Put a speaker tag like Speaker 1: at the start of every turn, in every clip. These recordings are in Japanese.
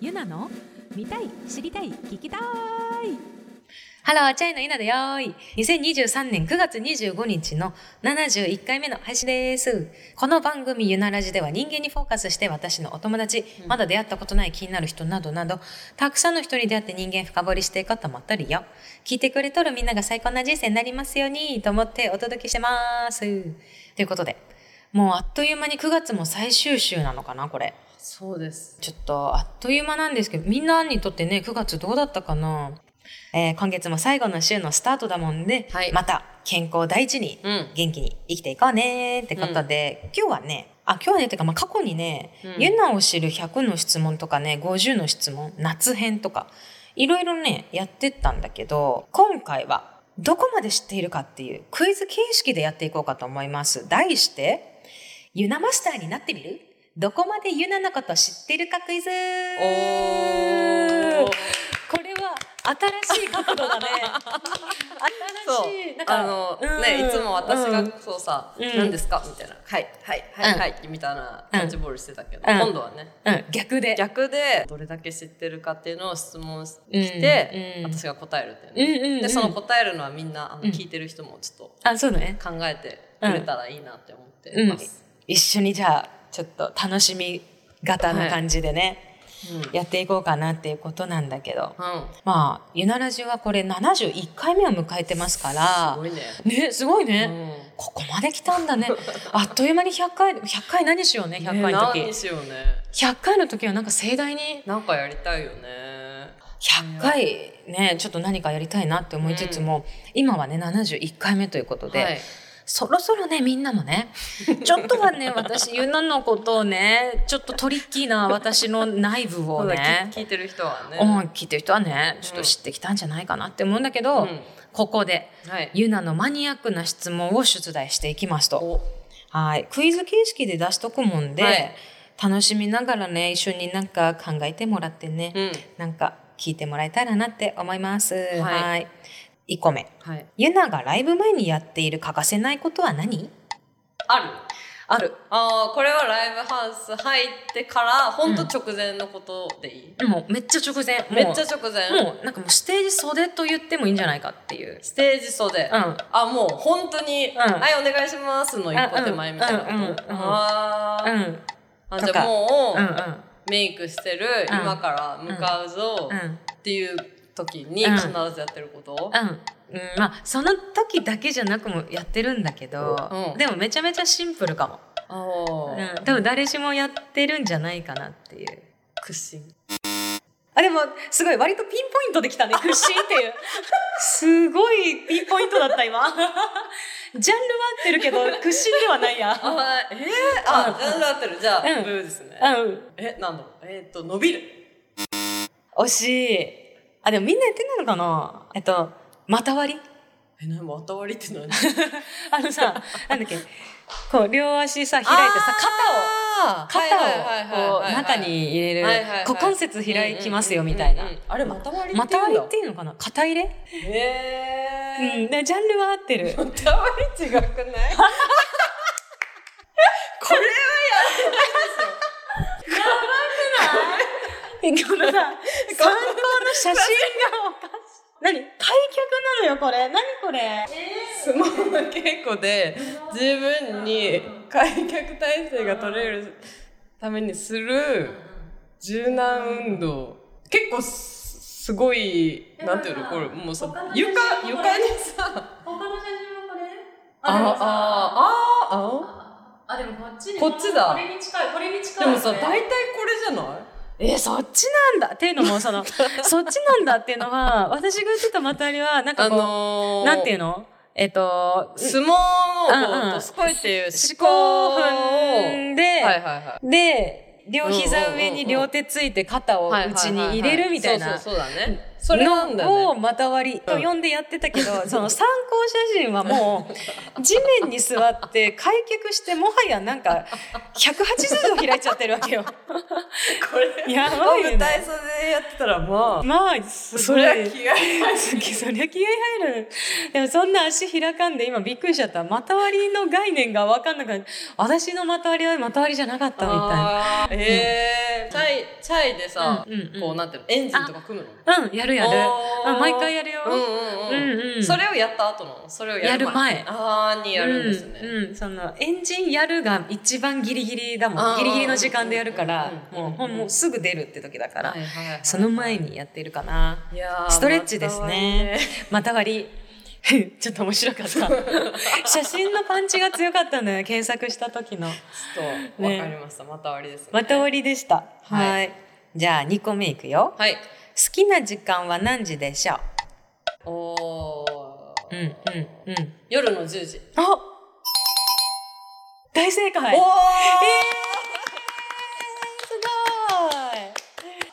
Speaker 1: ゆなの見たい知りたい聞きたい
Speaker 2: ハロー、チャイの稲田よーい。2023年9月25日の71回目の配信です。この番組、ゆなラジでは人間にフォーカスして私のお友達、まだ出会ったことない気になる人などなど、たくさんの人に出会って人間深掘りしていこうと思っとるよ。聞いてくれとるみんなが最高な人生になりますように、と思ってお届けしてます。ということで、もうあっという間に9月も最終週なのかな、これ。
Speaker 1: そうです
Speaker 2: ちょっとあっという間なんですけどみんなにとってね9月どうだったかな、えー今月も最後の週のスタートだもんで、
Speaker 1: はい
Speaker 2: また健康第一に
Speaker 1: うん
Speaker 2: 元気に生きていこうねってことで、今日はねあ今日はねっていうか、まあ、過去にね、
Speaker 1: うん
Speaker 2: ユナを知る100の質問とかね50の質問夏編とかいろいろねやってったんだけど今回はどこまで知っているかっていうクイズ形式でやっていこうかと思います。題してユナマスターになってみるどこまでユナのこと知ってるかクイズ
Speaker 1: おー
Speaker 2: これは新しい角度だ ね
Speaker 1: そう
Speaker 2: 新しいなんか
Speaker 1: あの、
Speaker 2: うん
Speaker 1: ねいつも私が
Speaker 2: うん
Speaker 1: そうさ「
Speaker 2: うん
Speaker 1: 何ですか?」みたいな「はいはいは
Speaker 2: う
Speaker 1: い
Speaker 2: ん
Speaker 1: はい」みたいなキャッチボールしてたけど、
Speaker 2: うん
Speaker 1: 今度はね
Speaker 2: うん逆で
Speaker 1: 逆でどれだけ知ってるかっていうのを質問し
Speaker 2: うん
Speaker 1: て、
Speaker 2: うん
Speaker 1: 私が答えるっていうね、
Speaker 2: うんうんうん
Speaker 1: でその答えるのはみんなあの、
Speaker 2: うん
Speaker 1: 聞いてる人もちょっ
Speaker 2: あそうだね
Speaker 1: と考えてくれたらいいなって思ってます、
Speaker 2: 一緒にじゃあちょっと楽しみ型の感じでね、
Speaker 1: うん
Speaker 2: やっていこうかなっていうことなんだけど
Speaker 1: うん
Speaker 2: まあユナラジはこれ71回目を迎えてますか
Speaker 1: す
Speaker 2: ら
Speaker 1: ごいね、
Speaker 2: ねすごいうね、
Speaker 1: ん
Speaker 2: ここまで来た んだねあっという間に100回100回何しようね100
Speaker 1: ね
Speaker 2: 回の時、
Speaker 1: 何しようね
Speaker 2: 100回の時はなんか盛大に
Speaker 1: なんかやりたいよね
Speaker 2: 100回ねちょっと何かやりたいなって思いつつも、今はね71回目ということで、
Speaker 1: はい
Speaker 2: そろそろねみんなも ねちょっとはね私ユナのことをねちょっとトリッキーな私の内部を
Speaker 1: そうだ
Speaker 2: ね
Speaker 1: 聞聞いてる人はね、
Speaker 2: うん聞いてる人はねちょっと知ってきたんじゃないかなって思うんだけど、
Speaker 1: う
Speaker 2: ここで
Speaker 1: んはい
Speaker 2: ユナのマニアックな質問を出題していきますと。
Speaker 1: お
Speaker 2: はい、クイズ形式で出しとくもんで、
Speaker 1: はい
Speaker 2: 楽しみながらね一緒になんか考えてもらってね、
Speaker 1: うん
Speaker 2: なんか聞いてもらえたらなって思います。はい1個目
Speaker 1: はい
Speaker 2: ユナがライブ前にやっている欠かせないことは何
Speaker 1: ある
Speaker 2: ある
Speaker 1: ああこれはライブハウス入ってからほんと直前のことでいい、
Speaker 2: もうめっちゃ直前もう
Speaker 1: めっちゃ直前
Speaker 2: もうなんかもうステージ袖と言ってもいいんじゃないかっていう
Speaker 1: ステージ袖、
Speaker 2: うん
Speaker 1: あもう本当に、
Speaker 2: ん
Speaker 1: はいお願いします」の一歩手前みたいなこと、
Speaker 2: うんうんうんうん
Speaker 1: あ
Speaker 2: う
Speaker 1: ー、
Speaker 2: ん
Speaker 1: あ
Speaker 2: と
Speaker 1: じ
Speaker 2: か
Speaker 1: ゃあもう、
Speaker 2: うんうん
Speaker 1: メイクしてる、
Speaker 2: うん
Speaker 1: 今から向かうぞ、
Speaker 2: うん
Speaker 1: っていう時に
Speaker 2: うん
Speaker 1: 必ずやってること、
Speaker 2: うん、うん、まあその時だけじゃなくもやってるんだけど、
Speaker 1: うん
Speaker 2: でもめちゃめちゃシンプルかも
Speaker 1: あー
Speaker 2: うん、多分誰しもやってるんじゃないかなっていう。
Speaker 1: 屈伸
Speaker 2: あでもすごい割とピンポイントで きたね屈伸っていうすごいピンポイントだった今 ジャンルは合ってるけど屈伸ではないや
Speaker 1: あえー、あじゃあなってるじゃあ、
Speaker 2: うん
Speaker 1: ブーですね、
Speaker 2: うん
Speaker 1: えなんだろうえーっと伸びる
Speaker 2: 惜しいあでもみんなやってないのかなえっと股割り
Speaker 1: えなんまた割りって 何
Speaker 2: あのさなんだっけこう両足さ開いてさ肩を肩をこう中に入れる
Speaker 1: はいはいはい
Speaker 2: 股関節開きますよみたいな
Speaker 1: あれまた割りって
Speaker 2: 股
Speaker 1: 言うん
Speaker 2: 割
Speaker 1: だ
Speaker 2: りっていうのかな肩入れ
Speaker 1: へ
Speaker 2: う
Speaker 1: え
Speaker 2: んでジャンルは合ってる
Speaker 1: また割り 違くない これはや
Speaker 2: このさ、参考の写真がおかしい。何開脚なのよ、これ。何これ。
Speaker 1: 相撲の稽古で十分に開脚体勢が取れるためにする柔軟運動結構すすごいなんていうのこれもうさ
Speaker 2: 他の
Speaker 1: 床
Speaker 2: 人もこれ
Speaker 1: 床にさ
Speaker 2: 他の写真はこれ
Speaker 1: あああ
Speaker 2: ああ、でもこっち
Speaker 1: こっちだ
Speaker 2: れに近い、これに
Speaker 1: あ
Speaker 2: 近
Speaker 1: でもさ
Speaker 2: これ
Speaker 1: 大体これじゃない
Speaker 2: えそっちなんだっていうのも、その、そっちなんだっていうのは、私が言ってたまたりは、なん
Speaker 1: あ
Speaker 2: かこう、
Speaker 1: のー、
Speaker 2: なんていうのえっ、と、
Speaker 1: 相撲のこ
Speaker 2: うんうん
Speaker 1: う、どすこいっていう
Speaker 2: 四
Speaker 1: 思
Speaker 2: 股
Speaker 1: 考を、
Speaker 2: 踏んで、
Speaker 1: はいはいはい。
Speaker 2: で、両膝上に両手ついて肩を内に入れるみたいな。
Speaker 1: そうそうそうだね。それなんだね
Speaker 2: のをまた割りと呼んでやってたけど、 その参考写真はもう地面に座って開脚してもはやなんか180度開いちゃってる わけよ。
Speaker 1: これ
Speaker 2: やばいよね
Speaker 1: 舞台袖でやってたらまあ
Speaker 2: まあすごい
Speaker 1: そりゃ気合 い入る
Speaker 2: そりゃ気合入るでもそんな足開かんで今びっくりしちゃった股割りの概念が分かんなくなっ私の股割りは股割りじゃなかったみた
Speaker 1: あーえー、チャイチャイでさ、
Speaker 2: うんうんうん
Speaker 1: こうなんていうのエンジンとか組むの
Speaker 2: いなうんやるやる
Speaker 1: おー
Speaker 2: あ毎回やるよ、
Speaker 1: うんうんうん、
Speaker 2: うんうん
Speaker 1: それをやった後なのそれをやる
Speaker 2: やる前
Speaker 1: ああにやるんですね、
Speaker 2: うんうんそのエンジンやるが一番ギリギリだ
Speaker 1: あ
Speaker 2: もん
Speaker 1: ー
Speaker 2: ギリギリの時間でやるから
Speaker 1: うんうん
Speaker 2: もうほんもうすぐ出るって時だから、
Speaker 1: はいはいはい
Speaker 2: その前にやってるかない
Speaker 1: やー
Speaker 2: ストレッチですね。股割り ちょっと面白かった 写真のパンチが強かったのよ検索した時の
Speaker 1: ちょっとわかりました。また終わりですね。
Speaker 2: 股割りでしたはい
Speaker 1: は
Speaker 2: じゃあ2個目いくよ好
Speaker 1: はい。
Speaker 2: きな時間は何時でしょ
Speaker 1: おお。
Speaker 2: ううんうんうん
Speaker 1: 夜の10時。
Speaker 2: あ大正解
Speaker 1: おお。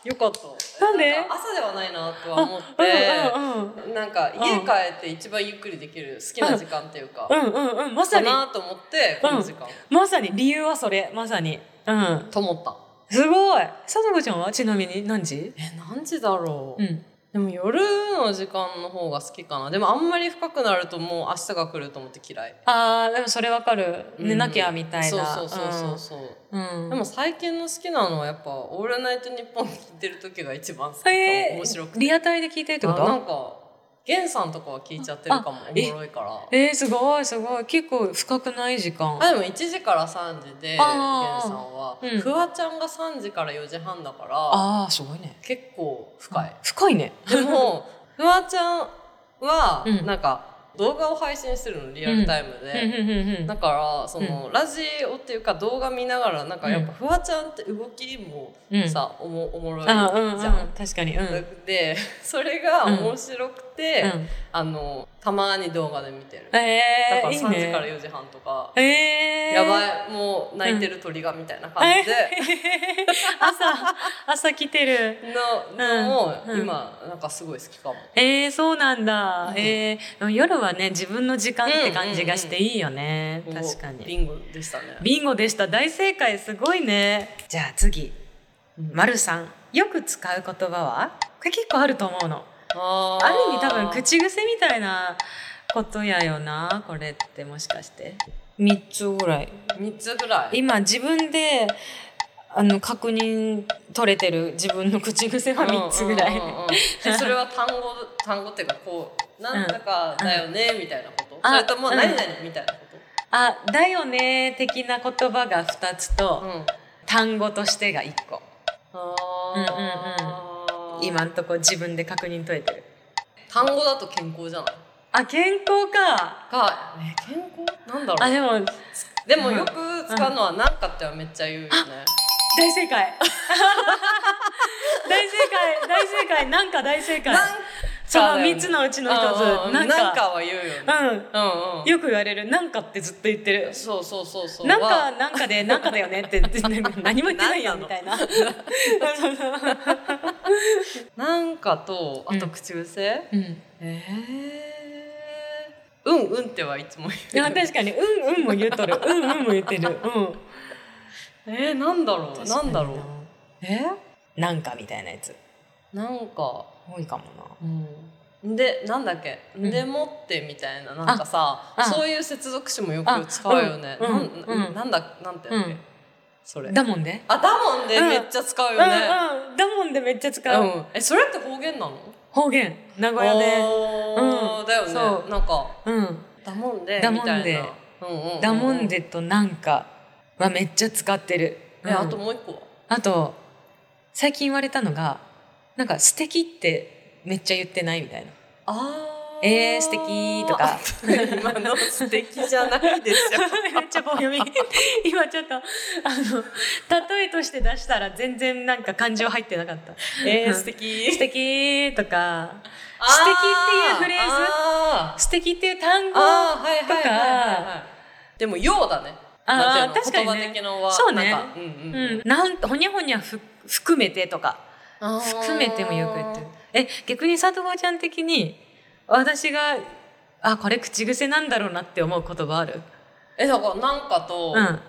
Speaker 2: す
Speaker 1: よかった。
Speaker 2: なんで
Speaker 1: か朝ではないなとは思っ
Speaker 2: ごい
Speaker 1: て。
Speaker 2: うん
Speaker 1: なんか家帰って一番ゆっくりできる好きな時間っていうか。
Speaker 2: うんうんうんうんまさ
Speaker 1: か
Speaker 2: に
Speaker 1: なと思ってこの時間。
Speaker 2: まさに理由はそれまさにうん
Speaker 1: と思った。
Speaker 2: すごいさとこちゃんはちなみに何時
Speaker 1: え何時だろう。
Speaker 2: ん
Speaker 1: でも夜の時間の方が好きかな。でもあんまり深くなるともう明日が来ると思って嫌い。
Speaker 2: あーでもそれわかる
Speaker 1: うん
Speaker 2: 寝なきゃみたいな
Speaker 1: そうそうそうそうそう。
Speaker 2: うん
Speaker 1: でも最近の好きなのはやっぱ「オールナイトニッポン」聞いてる時が一番好きかも、
Speaker 2: えー
Speaker 1: 面白くて
Speaker 2: リアタイで聞いてるってこ
Speaker 1: あなん
Speaker 2: と
Speaker 1: か源さんとかは聞いちゃってるかも
Speaker 2: あ
Speaker 1: お
Speaker 2: え
Speaker 1: もろいから
Speaker 2: えー、すごいすごい結構深くない時間
Speaker 1: あでも1時から3時で
Speaker 2: あ
Speaker 1: 源
Speaker 2: ー
Speaker 1: さんは、
Speaker 2: うん
Speaker 1: フワちゃんが3時から4時半だから
Speaker 2: あーすごいね
Speaker 1: 結構深い
Speaker 2: 深いね
Speaker 1: でもフワちゃんは
Speaker 2: うん
Speaker 1: なんか動画を配信してるのリアルタイムで、
Speaker 2: うんうんうんうん
Speaker 1: だからその、ラジオっていうか動画見ながらなんかやっぱフワちゃんって動きも
Speaker 2: うん
Speaker 1: さ、おもおもろいじ
Speaker 2: あ
Speaker 1: ゃ
Speaker 2: うんうん確かにうん、うん
Speaker 1: でそれが面白くて、あのたまに動画で見てる、だ
Speaker 2: え
Speaker 1: か
Speaker 2: ー、
Speaker 1: ら
Speaker 2: いい
Speaker 1: 3時から
Speaker 2: ね
Speaker 1: 4時半とか、
Speaker 2: えー、
Speaker 1: やばいもう泣いてる鳥がみたいな感じで、
Speaker 2: 朝朝来てる
Speaker 1: ののを、
Speaker 2: うん
Speaker 1: 今なんかすごい好きかも。
Speaker 2: えー、そうなんだ、
Speaker 1: うん
Speaker 2: えーでも夜はね自分の時間って感じがしていいよね、確か
Speaker 1: ビ
Speaker 2: に
Speaker 1: ンゴでしたね。
Speaker 2: ビンゴでした大正解すごいねじゃあ次まるさんよく使う言葉はこれ結構あると思うの
Speaker 1: あー
Speaker 2: ある意味多分口癖みたいなことやよなこれってもしかして3つぐらい
Speaker 1: 三つぐらい。
Speaker 2: 今自分であの確認取れてる自分の口癖は3つぐらい、
Speaker 1: うんうんうんうんでそれは単語単語っていうかこうなんとかだよねみたいなこと、
Speaker 2: あ
Speaker 1: それとも
Speaker 2: うん
Speaker 1: 何々みたいなこ
Speaker 2: あだよね的な言葉が2つと、
Speaker 1: と。うん
Speaker 2: 単語としてが1個
Speaker 1: あー
Speaker 2: 今んとこ自分で確認取れてる
Speaker 1: 単語だと健康じゃない
Speaker 2: あ健康か
Speaker 1: か、え健康なんだ
Speaker 2: あ
Speaker 1: ろう
Speaker 2: でも
Speaker 1: でもよく使うのは「なんか」ってはめっちゃ言うよね
Speaker 2: 大正解 大正解大正解なんか大正解
Speaker 1: なん
Speaker 2: その
Speaker 1: かだよね
Speaker 2: 3つのうちの1
Speaker 1: うんうん
Speaker 2: つなんか
Speaker 1: なんかは言うよねうん
Speaker 2: う
Speaker 1: うん
Speaker 2: よく言われるなんかってずっと言ってる
Speaker 1: んそうそうそうそう
Speaker 2: なん
Speaker 1: は
Speaker 2: かなんかでなんかだよねって何も言ってないよみたいな
Speaker 1: なんかとあと口癖、
Speaker 2: うん
Speaker 1: えー、うんうんってはいつも
Speaker 2: い
Speaker 1: 言
Speaker 2: や
Speaker 1: う
Speaker 2: 確かにうんうんも言っとるうんうんも言ってるうん
Speaker 1: えー、なんだろうなんだろうえ
Speaker 2: なんかみたいなやつ
Speaker 1: なんか
Speaker 2: 多いかも
Speaker 1: うんでなんだっけ、
Speaker 2: ん
Speaker 1: でもってみたいななんかさ
Speaker 2: あ
Speaker 1: そういう接続詞もよく使うよね、
Speaker 2: あうん
Speaker 1: なん
Speaker 2: うん
Speaker 1: なんだなんて言うんだっけ、
Speaker 2: うん
Speaker 1: それ
Speaker 2: なだもんで
Speaker 1: あだもんで
Speaker 2: うん
Speaker 1: めっちゃ使う
Speaker 2: うん
Speaker 1: よね、
Speaker 2: うんだもんでめっちゃ使う、
Speaker 1: うんえそれって方言なの
Speaker 2: 方言名古屋で
Speaker 1: おー
Speaker 2: うん
Speaker 1: だよね
Speaker 2: そう
Speaker 1: なんか
Speaker 2: うん
Speaker 1: だもんで
Speaker 2: だ
Speaker 1: み
Speaker 2: もんで
Speaker 1: たいなうんうんうん
Speaker 2: だもんでとなんかはめっちゃ使ってる、
Speaker 1: え
Speaker 2: うん
Speaker 1: あともう一個は
Speaker 2: あと最近言われたのがなんか素敵ってめっちゃ言ってないみた いな
Speaker 1: あー
Speaker 2: えー素敵とか
Speaker 1: 今の素敵じゃないでしょ
Speaker 2: めっちゃ棒読み今ちょっとあの例えとして出したら全然なんか感情入ってなかった
Speaker 1: え
Speaker 2: うん
Speaker 1: ー素敵
Speaker 2: 素敵とか
Speaker 1: あー
Speaker 2: 素敵っていうフレーズ
Speaker 1: あー
Speaker 2: 素敵っていう単語
Speaker 1: あーはいはい
Speaker 2: と
Speaker 1: はい
Speaker 2: か
Speaker 1: はいはいでも「よう」だね
Speaker 2: あー
Speaker 1: なんていうの
Speaker 2: 確かにね
Speaker 1: 言葉的なは
Speaker 2: そうね
Speaker 1: なんかうんうん
Speaker 2: うん、なんほにゃほにゃふ含めてとか
Speaker 1: あー
Speaker 2: 含めてもよく言ってるえ、逆に佐藤ちゃん的に、私が、あ、これ口癖なんだろうなって思う言葉ある
Speaker 1: えだからなんかと、
Speaker 2: うん。だ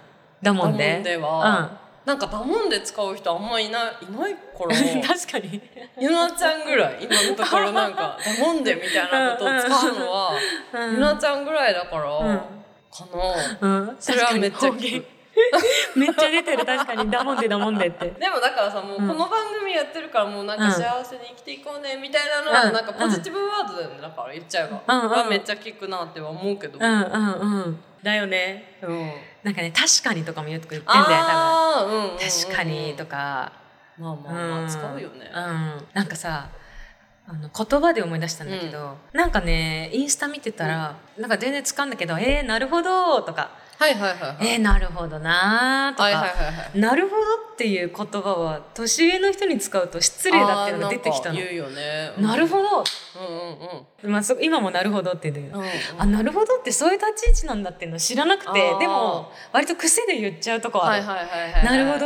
Speaker 1: ダ
Speaker 2: も
Speaker 1: モ
Speaker 2: んで。
Speaker 1: ンでは、なんかダモンで使う人あんまいないいないか
Speaker 2: う
Speaker 1: ら
Speaker 2: ん。確かに。
Speaker 1: ゆなちゃんぐらい今のところなん かダモンでみたいなことを使うのは
Speaker 2: う
Speaker 1: ゆなちゃんぐらいだから、
Speaker 2: うん
Speaker 1: かな
Speaker 2: うん。
Speaker 1: それはめっちゃ
Speaker 2: 確かに方
Speaker 1: 聞
Speaker 2: 言
Speaker 1: く
Speaker 2: めっちゃ出てる、確かに。だもんでだもんでって。
Speaker 1: でもだからさもうこ
Speaker 2: うん
Speaker 1: の番組やってるからもうなん
Speaker 2: うん
Speaker 1: か幸せに生きていこうねみたいなのは
Speaker 2: うん
Speaker 1: なんかポジティブワードだよねだから言っちゃえば、
Speaker 2: うんうん
Speaker 1: はめっちゃ聞くなっては思うけど、
Speaker 2: うんうんうん。だよね。
Speaker 1: うん
Speaker 2: なんかね、確かにとかもよく言ってんだよ、多
Speaker 1: あーうんうんうん
Speaker 2: 分。確かにとか。
Speaker 1: まあまあま
Speaker 2: ん
Speaker 1: あ使うよね
Speaker 2: うん、なんかさあの言葉で思い出したんだけど、なんかねインスタ見てたら、なんか全然つかんだけど「えー、なるほど」とか
Speaker 1: はいはいはいは
Speaker 2: 「
Speaker 1: い
Speaker 2: えー、なるほどな」とか、
Speaker 1: はいはいはいはい
Speaker 2: なるほど」っていう言葉は年上の人に使うと失礼だっていうのが出てきた
Speaker 1: あーなん
Speaker 2: の
Speaker 1: か。言うよね
Speaker 2: なるほど、
Speaker 1: どうんうんうん
Speaker 2: まあ、そ今も「なるほど」って言うんだけど。
Speaker 1: うんうん
Speaker 2: あなるほどってそういう立ち位置なんだっていうの知らなくて
Speaker 1: あー
Speaker 2: でも割と癖で言っちゃうとこあ
Speaker 1: はい
Speaker 2: る、
Speaker 1: はいはいはい
Speaker 2: なるほ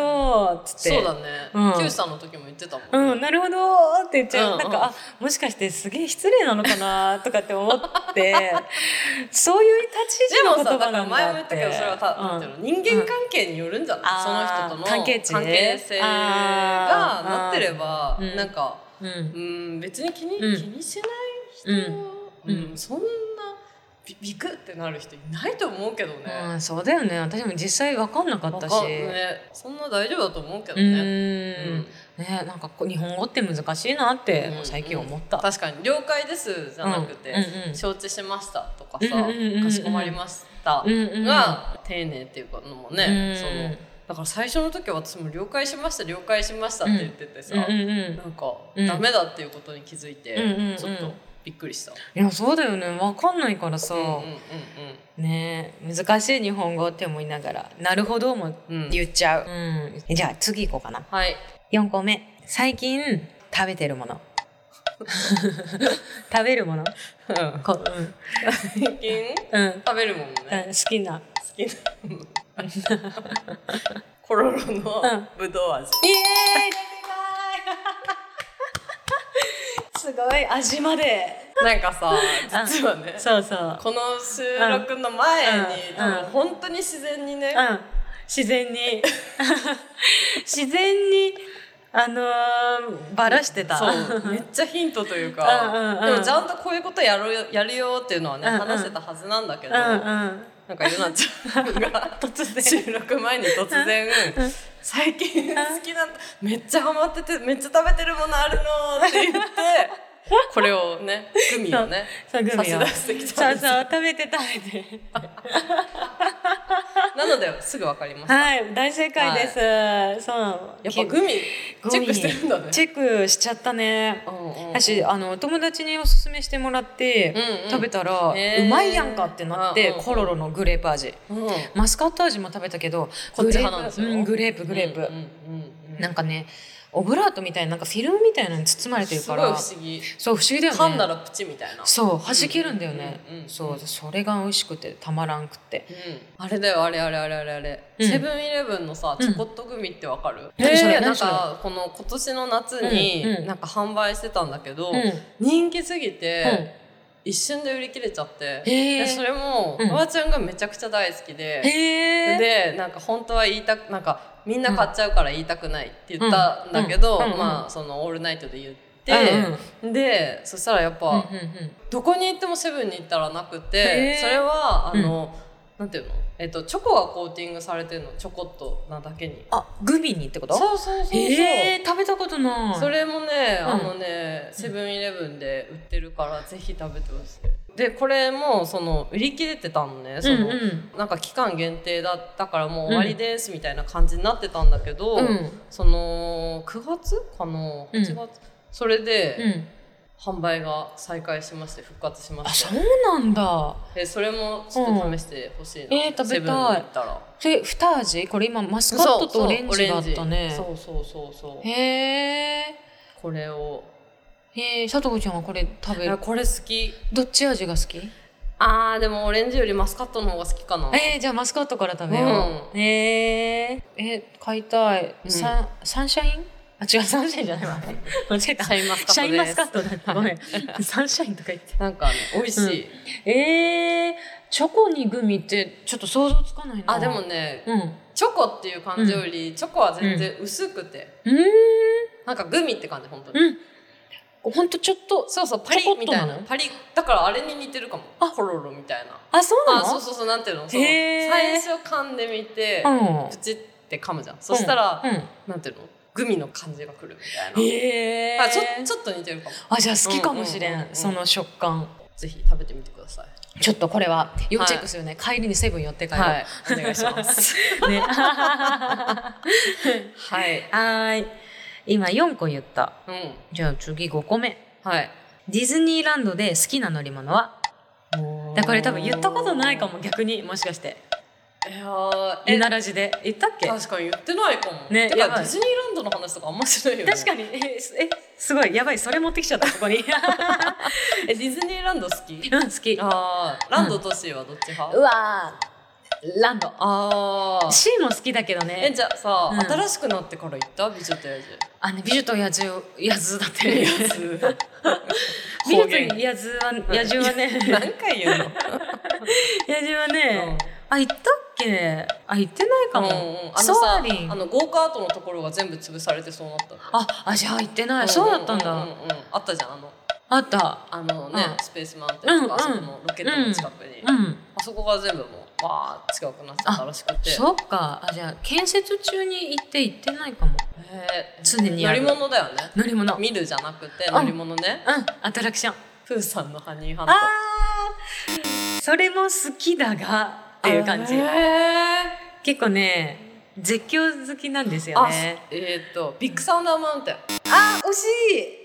Speaker 2: どっつって
Speaker 1: そうだね
Speaker 2: うん
Speaker 1: 九さんの時も言ってたもん
Speaker 2: うん、
Speaker 1: ね
Speaker 2: なるほどって言っちゃう、
Speaker 1: うんうん
Speaker 2: なんかあもしかしてすげえ失礼なのかなとかって思って そういう立ち
Speaker 1: で
Speaker 2: 位
Speaker 1: も
Speaker 2: 置
Speaker 1: さ
Speaker 2: の言
Speaker 1: だか
Speaker 2: 葉な
Speaker 1: ら
Speaker 2: ん
Speaker 1: 前
Speaker 2: だ
Speaker 1: も
Speaker 2: っ
Speaker 1: 言ってたけどそれはた、なんていうの人間関係によるんじゃない、
Speaker 2: あー
Speaker 1: その人との
Speaker 2: 関係値ね
Speaker 1: 性
Speaker 2: あ
Speaker 1: が
Speaker 2: ー
Speaker 1: なってれば、
Speaker 2: うん
Speaker 1: なんか
Speaker 2: うんうん
Speaker 1: うん別に気に,、
Speaker 2: うん
Speaker 1: 気にしない人、
Speaker 2: う
Speaker 1: うんんそんなビビクってなる人いないと思うけどね、
Speaker 2: うんそうだよね私も実際分かんなかっ
Speaker 1: わ
Speaker 2: たし
Speaker 1: かんねそんな大丈夫だと思うけど
Speaker 2: う
Speaker 1: ね、
Speaker 2: ーん
Speaker 1: うん
Speaker 2: ねなんかこう日本語って難しいなって
Speaker 1: うん
Speaker 2: 最近思った、
Speaker 1: 確かに「了解です」じゃなくて「
Speaker 2: うんうんうん
Speaker 1: 承知しました」とかさ、
Speaker 2: うんうんうんうん
Speaker 1: かしこまりました」
Speaker 2: うんうん
Speaker 1: が丁寧っていうかのもね、
Speaker 2: うん
Speaker 1: そのだから最初の時は私も「了解しました了解しました」って言っててさ、
Speaker 2: うんうんうん
Speaker 1: なんか、
Speaker 2: うん
Speaker 1: ダメだっていうことに気づいて、
Speaker 2: うんうんうん
Speaker 1: ちょっとびっくりした。
Speaker 2: いやそうだよね分かんないからさ、
Speaker 1: うんうん
Speaker 2: ね難しい日本語って思いながら「なるほど」も
Speaker 1: うんうん、
Speaker 2: 言っちゃう、うん、じゃあ次行こうかな
Speaker 1: はい
Speaker 2: 4個目最近食べてるもの 食べるものこ
Speaker 1: 最近
Speaker 2: うん、うん
Speaker 1: 食べるもん
Speaker 2: うん、
Speaker 1: ね
Speaker 2: 好きな
Speaker 1: 好きなのコロロ
Speaker 2: うん
Speaker 1: のぶどう味、
Speaker 2: イエーイすごい味まで
Speaker 1: なんかさ実はね
Speaker 2: そうそう、
Speaker 1: この収録の前に、
Speaker 2: うん
Speaker 1: 多分
Speaker 2: うん
Speaker 1: 本当に自然にね、
Speaker 2: うん、自然に 自然にあのー、バラしてた
Speaker 1: そうめっちゃヒントというか、
Speaker 2: うんうんうん
Speaker 1: でもちゃんとこういうことやろうよやるよっていうのはね、
Speaker 2: うんうん
Speaker 1: 話してたはずなんだけ
Speaker 2: う
Speaker 1: ど、
Speaker 2: んうん
Speaker 1: なんかゆなちゃんが
Speaker 2: 突然
Speaker 1: 収録前に突然「最近好きなめっちゃハマっててめっちゃ食べてるものあるの」って 言ってこれをねグミをね
Speaker 2: そうグミを
Speaker 1: 差し出してきた
Speaker 2: そ
Speaker 1: ん
Speaker 2: う
Speaker 1: です
Speaker 2: そう食べて食べて
Speaker 1: なのですぐ分かりました。
Speaker 2: はい大正解です、そう
Speaker 1: やっぱグミ
Speaker 2: グミ
Speaker 1: チェックしてるんだね。
Speaker 2: チェックしちゃったね
Speaker 1: うんうんうん
Speaker 2: 私あの友達におすすめしてもらって、
Speaker 1: うんうん
Speaker 2: 食べたら、
Speaker 1: へー
Speaker 2: うまいやんかってなって、
Speaker 1: うんうんうん
Speaker 2: コロロのグレープ味
Speaker 1: うん
Speaker 2: マスカット味も食べたけど
Speaker 1: こっち派なんですよ
Speaker 2: グレープうんグレープグレープ、
Speaker 1: うんうんうんうん
Speaker 2: なんかねオブラートみたいななんかフィルムみたいなのに包まれてる
Speaker 1: す
Speaker 2: か
Speaker 1: ごい不
Speaker 2: ら
Speaker 1: 思議
Speaker 2: そう不思議だよね
Speaker 1: 噛んだらプチみたいな、
Speaker 2: そう弾けるんだよね、
Speaker 1: うんうんうん
Speaker 2: そうそれが美味しくてたまらんくって
Speaker 1: うん、あれだよあれあれあれあれあれ、
Speaker 2: うん
Speaker 1: セブンイレブンのさ
Speaker 2: うん
Speaker 1: チョコっとグミってわかる、
Speaker 2: 何それ
Speaker 1: でな
Speaker 2: 何
Speaker 1: ん
Speaker 2: それ
Speaker 1: かこの今年の夏
Speaker 2: うんうん
Speaker 1: になんか販売してたんだけど、
Speaker 2: うん
Speaker 1: 人気すぎ
Speaker 2: うん
Speaker 1: て一瞬で売り切れちゃって、
Speaker 2: へー
Speaker 1: でそれも
Speaker 2: うん
Speaker 1: おばあちゃんがめちゃくちゃ大好きで、
Speaker 2: へえ
Speaker 1: でなんか本当は言いたくなんかみんな買っちゃうから言いたくないって言ったんだけど、
Speaker 2: うんうんうん
Speaker 1: まあそのオールナイトで言っ
Speaker 2: う
Speaker 1: て、
Speaker 2: ん
Speaker 1: でそしたらやっぱ、
Speaker 2: うんうんうん
Speaker 1: どこに行ってもセブンに行ったらなく
Speaker 2: へ
Speaker 1: て
Speaker 2: ー
Speaker 1: それはあの、なんていうの、えっと、チョコがコーティングされてるのちょこっとなだけに
Speaker 2: あグミにってこと
Speaker 1: そうそうそうそう、
Speaker 2: えー、食べたことない
Speaker 1: それもね、
Speaker 2: うん
Speaker 1: あのねセブンイレブンで売ってるからぜひ食べてほしいでこれもその売り切れてたのねその、
Speaker 2: うんうん
Speaker 1: なんか期間限定だったからもう終わりですみたいな感じになってたんだけど、
Speaker 2: うん
Speaker 1: その9月かな8月、それ
Speaker 2: う
Speaker 1: で
Speaker 2: ん
Speaker 1: 販売が再開しまして復活しま
Speaker 2: あ
Speaker 1: し
Speaker 2: そ
Speaker 1: た
Speaker 2: うなんだ
Speaker 1: でそれもちょっと試してほしいな、
Speaker 2: うんえー食べたい
Speaker 1: セブンに行ったら
Speaker 2: それ二味これ今マスカットとオレンジだったね
Speaker 1: そうそうそうそう
Speaker 2: へえ
Speaker 1: これを
Speaker 2: へえ佐藤ちゃんはこれ食
Speaker 1: い
Speaker 2: べ
Speaker 1: や
Speaker 2: る
Speaker 1: これ好き
Speaker 2: どっち味が好き
Speaker 1: あーでもオレンジよりマスカットの方が好きかな
Speaker 2: えー、じゃあマスカットから食べよう、へええ買いたい、
Speaker 1: うん
Speaker 2: サンサンシャインあ、違う、サンシャインじゃない わ。間違えた。
Speaker 1: シャインマスカットです
Speaker 2: シャインマスカットだった。ごめん。サンシャインとか言って。
Speaker 1: なんかね、美味しい。
Speaker 2: えー、チョコにグミってちょっと想像つかないな。
Speaker 1: あ、でも。ね、
Speaker 2: うん。う
Speaker 1: チョコっていう感じより、チョコは全然薄くて、
Speaker 2: ーん。
Speaker 1: なんかグミって感じ、本当に。
Speaker 2: うん。ほんとちょっと。
Speaker 1: そうそう、パリみたい
Speaker 2: ちょこっとな
Speaker 1: な
Speaker 2: の。
Speaker 1: パリ、だからあれに似てるかも。
Speaker 2: あ
Speaker 1: コロロみたいな。
Speaker 2: あ、そう
Speaker 1: あ、
Speaker 2: なの
Speaker 1: そうそうそう、なんていうのその
Speaker 2: へー
Speaker 1: 最初噛んでみて、
Speaker 2: うん
Speaker 1: プ。チって噛むじゃん。そしたら、
Speaker 2: うん。
Speaker 1: なんていうのグミの感じがくるみたいな。
Speaker 2: ええー。
Speaker 1: あちょちょっと似てるかも
Speaker 2: あ、じゃあ好きかもしれ
Speaker 1: うんうんうん
Speaker 2: ん。
Speaker 1: うん
Speaker 2: その食感。
Speaker 1: ぜひ食べてみてください
Speaker 2: ちょっとこれは、要チェックするね。帰りにセブン寄って帰ろう。
Speaker 1: はい、お願いします
Speaker 2: ね。
Speaker 1: はい
Speaker 2: はーい。今4個言った。
Speaker 1: うん
Speaker 2: じゃあ次5個目。
Speaker 1: はい
Speaker 2: ディズニーランドで好きな乗り物はだこれ多分言ったことないかも逆にもしかして。
Speaker 1: いやー
Speaker 2: ゆ
Speaker 1: え
Speaker 2: ならじで。言ったっけ
Speaker 1: 確かに言ってないかも
Speaker 2: ね
Speaker 1: て
Speaker 2: や
Speaker 1: か
Speaker 2: ば
Speaker 1: デ
Speaker 2: い
Speaker 1: ィズニーランドの話とかあんましないよね
Speaker 2: 確かに。え、すえすごい。やばい。それ持ってきちゃった、ここ に。
Speaker 1: えディズニーランド好き
Speaker 2: うん、好き。
Speaker 1: あーランドとシーはどっち派、
Speaker 2: うわーランド。
Speaker 1: あー
Speaker 2: C も好きだけど
Speaker 1: え
Speaker 2: ね。
Speaker 1: じゃあさ、
Speaker 2: うん
Speaker 1: 新しくなってから行った美女と野獣
Speaker 2: あの、美女と野獣、野獣だって。 美
Speaker 1: 方
Speaker 2: 女と
Speaker 1: 言
Speaker 2: 野獣は、野獣は ね、
Speaker 1: 何回言うの、
Speaker 2: 野獣は
Speaker 1: うん
Speaker 2: ね、あ、行ったっけあ、行ってないか
Speaker 1: うん
Speaker 2: も。
Speaker 1: うんあの
Speaker 2: ソ
Speaker 1: さ
Speaker 2: アリン
Speaker 1: あ。のゴーカートのところが全部潰されてそうなった
Speaker 2: あ、あ、じゃあ行ってない。そうだったん
Speaker 1: うう
Speaker 2: だ。
Speaker 1: ううんあったじゃんあの
Speaker 2: あった。
Speaker 1: あのね、
Speaker 2: うん
Speaker 1: スペースマウンテンとか、
Speaker 2: うん
Speaker 1: あそこのロケットの近くに、
Speaker 2: う
Speaker 1: あ
Speaker 2: ん。
Speaker 1: そこが全部もうわー近くなっちゃったらしくて
Speaker 2: そっか。あ、じゃあ、建設中に行って行ってないかも。
Speaker 1: へー
Speaker 2: 常にあ
Speaker 1: 乗
Speaker 2: る
Speaker 1: り物だよね
Speaker 2: 乗り物。うん。
Speaker 1: 見るじゃなくて
Speaker 2: うん
Speaker 1: 乗り物ね
Speaker 2: アトラクション。
Speaker 1: プーさんのハニーハン
Speaker 2: あーそれも好きだが、っ
Speaker 1: ト
Speaker 2: ていう感じ。
Speaker 1: へ
Speaker 2: 結構ね、絶叫好きなんです
Speaker 1: ー
Speaker 2: よ
Speaker 1: あ
Speaker 2: ね。
Speaker 1: えっ、とビッグサウンダーマウンテン
Speaker 2: あ、惜しい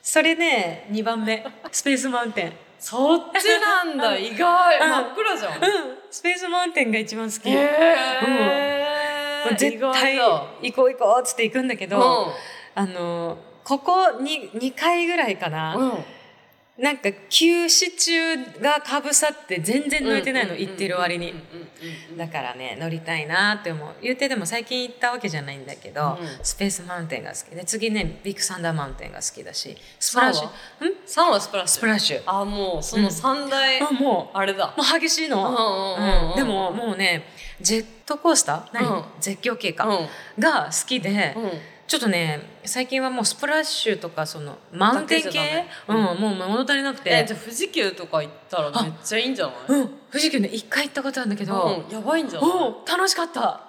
Speaker 2: それね、2番目。スペースマウンテン。
Speaker 1: そっちなんだ意外
Speaker 2: うん
Speaker 1: 真っ暗じゃん、
Speaker 2: うん。スペースマウンテンが一番好き。
Speaker 1: へ
Speaker 2: もう
Speaker 1: え
Speaker 2: 絶対
Speaker 1: 意外
Speaker 2: 行
Speaker 1: だ
Speaker 2: こう行こうっつって行くんだけ
Speaker 1: う
Speaker 2: ど、あの、ここに2回ぐらいかな。
Speaker 1: んうん
Speaker 2: なんか休止中がかぶさって全然乗れてないの、行ってる割に、
Speaker 1: うんうんうんうん
Speaker 2: だからね乗りたいなって思う言うてでも最近行ったわけじゃないんだけど、
Speaker 1: うん
Speaker 2: スペースマウンテンが好きで次ねビッグサンダーマウンテンが好きだしスプラッシュん
Speaker 1: サ3はスプラッシ
Speaker 2: ス
Speaker 1: ュ
Speaker 2: プラッシュ
Speaker 1: あもうその三大、
Speaker 2: あも
Speaker 1: あれだ
Speaker 2: うもう激しいの、
Speaker 1: うんうんうんうん
Speaker 2: でももうねジェットコースター何、
Speaker 1: うん
Speaker 2: 絶叫系
Speaker 1: う
Speaker 2: か、
Speaker 1: ん
Speaker 2: が好きで、
Speaker 1: うん
Speaker 2: ちょっとね最近はもうスプラッシュとかそのマウンテン系、
Speaker 1: だけじゃダメ
Speaker 2: うん、もう物足りなくて、
Speaker 1: えじゃあ富士急とか行ったらめっちゃいいんじゃない
Speaker 2: うん、富士急ね一回行ったことあるんだけど、
Speaker 1: うんやばいんじゃない
Speaker 2: お楽しかった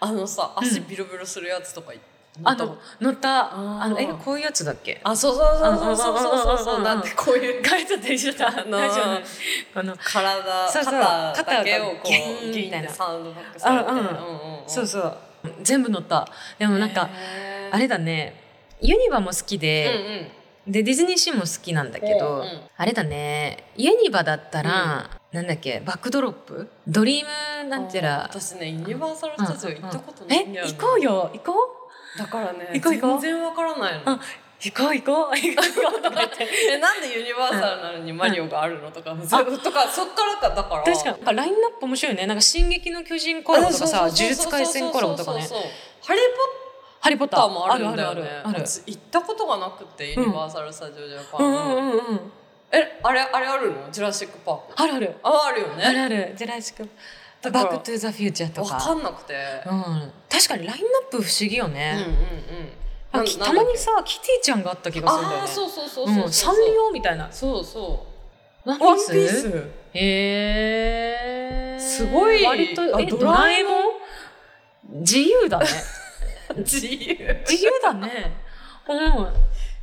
Speaker 1: あのさ
Speaker 2: ん
Speaker 1: 足ビロビロするやつとかい乗
Speaker 2: あ
Speaker 1: ったこ
Speaker 2: の
Speaker 1: と
Speaker 2: 乗った
Speaker 1: あー
Speaker 2: あのえこういうやつだっけ
Speaker 1: あそうそうそうそうそうそうそう
Speaker 2: うんうんうんうんうん
Speaker 1: なんてこういう
Speaker 2: 変えちゃった一緒だ
Speaker 1: あの
Speaker 2: 大丈夫この
Speaker 1: 体
Speaker 2: そうそう
Speaker 1: 肩だけをこう
Speaker 2: 肩がギューン
Speaker 1: ギューン
Speaker 2: みたいな
Speaker 1: ってサウンドバックされて
Speaker 2: うんうん
Speaker 1: うんうん
Speaker 2: そうそう全部乗ったでもなんか
Speaker 1: へー
Speaker 2: あれだねユニバも好き
Speaker 1: うん
Speaker 2: で、でディズニーシーも好きなんだけ
Speaker 1: う
Speaker 2: ど、
Speaker 1: んうん
Speaker 2: あれだねユニバだったら、なんだっけバックドロップドリーム
Speaker 1: う
Speaker 2: なんんてら
Speaker 1: 私ねユニバーサル・スタジオ行ったことないんだ
Speaker 2: え
Speaker 1: よね
Speaker 2: 行こうよ行こう
Speaker 1: だからね
Speaker 2: 行こう行こ
Speaker 1: 全
Speaker 2: う
Speaker 1: 然わからないの
Speaker 2: うん行こう行こう 行こう行こうとか言って
Speaker 1: えなんでユニバーサルなのにマリオがあるのとか、そとかそっからかだから
Speaker 2: 確かになんかラインナップ面白いよねなんか「進撃の巨人」コラボとかさ
Speaker 1: あ
Speaker 2: 「呪
Speaker 1: そうそうそう
Speaker 2: 術廻戦」コラボとかね
Speaker 1: そうそうそうハリー・
Speaker 2: 「ハリー・ポッ
Speaker 1: ポッ
Speaker 2: タ
Speaker 1: タ
Speaker 2: ー」
Speaker 1: ーもあるんだよね
Speaker 2: あるあるある
Speaker 1: 私行ったことがなくてユニバーサル・スタジオ・ジャパ
Speaker 2: う
Speaker 1: ン
Speaker 2: ん
Speaker 1: の、
Speaker 2: うんうんうん
Speaker 1: えあれあれあるのジュラシック・パーク
Speaker 2: あるある
Speaker 1: ああるよ
Speaker 2: ある
Speaker 1: ね
Speaker 2: ある「ジュラシック・
Speaker 1: だか
Speaker 2: バ
Speaker 1: ら
Speaker 2: ック・トゥ・ザ・フューチャー」と
Speaker 1: わ
Speaker 2: か
Speaker 1: かんなくて、
Speaker 2: うん、確かにラインナップ不思議よ
Speaker 1: うん、うん
Speaker 2: ね、
Speaker 1: うん
Speaker 2: あ
Speaker 1: な
Speaker 2: き
Speaker 1: な
Speaker 2: た
Speaker 1: んだ
Speaker 2: ま
Speaker 1: っけ
Speaker 2: にさキティちゃんがあった気がするんだよ
Speaker 1: あ
Speaker 2: ね
Speaker 1: あそうそうそうそううんそ
Speaker 2: サン
Speaker 1: う
Speaker 2: リオみたいな
Speaker 1: そうそ
Speaker 2: ワン
Speaker 1: うワン
Speaker 2: ピ
Speaker 1: ピ
Speaker 2: ー
Speaker 1: ー
Speaker 2: ス
Speaker 1: ス
Speaker 2: へえ
Speaker 1: すごい
Speaker 2: 割と
Speaker 1: あ
Speaker 2: えド
Speaker 1: ドラ
Speaker 2: ラ
Speaker 1: え
Speaker 2: え
Speaker 1: も
Speaker 2: もん自由だね
Speaker 1: 自由
Speaker 2: 自由だねうん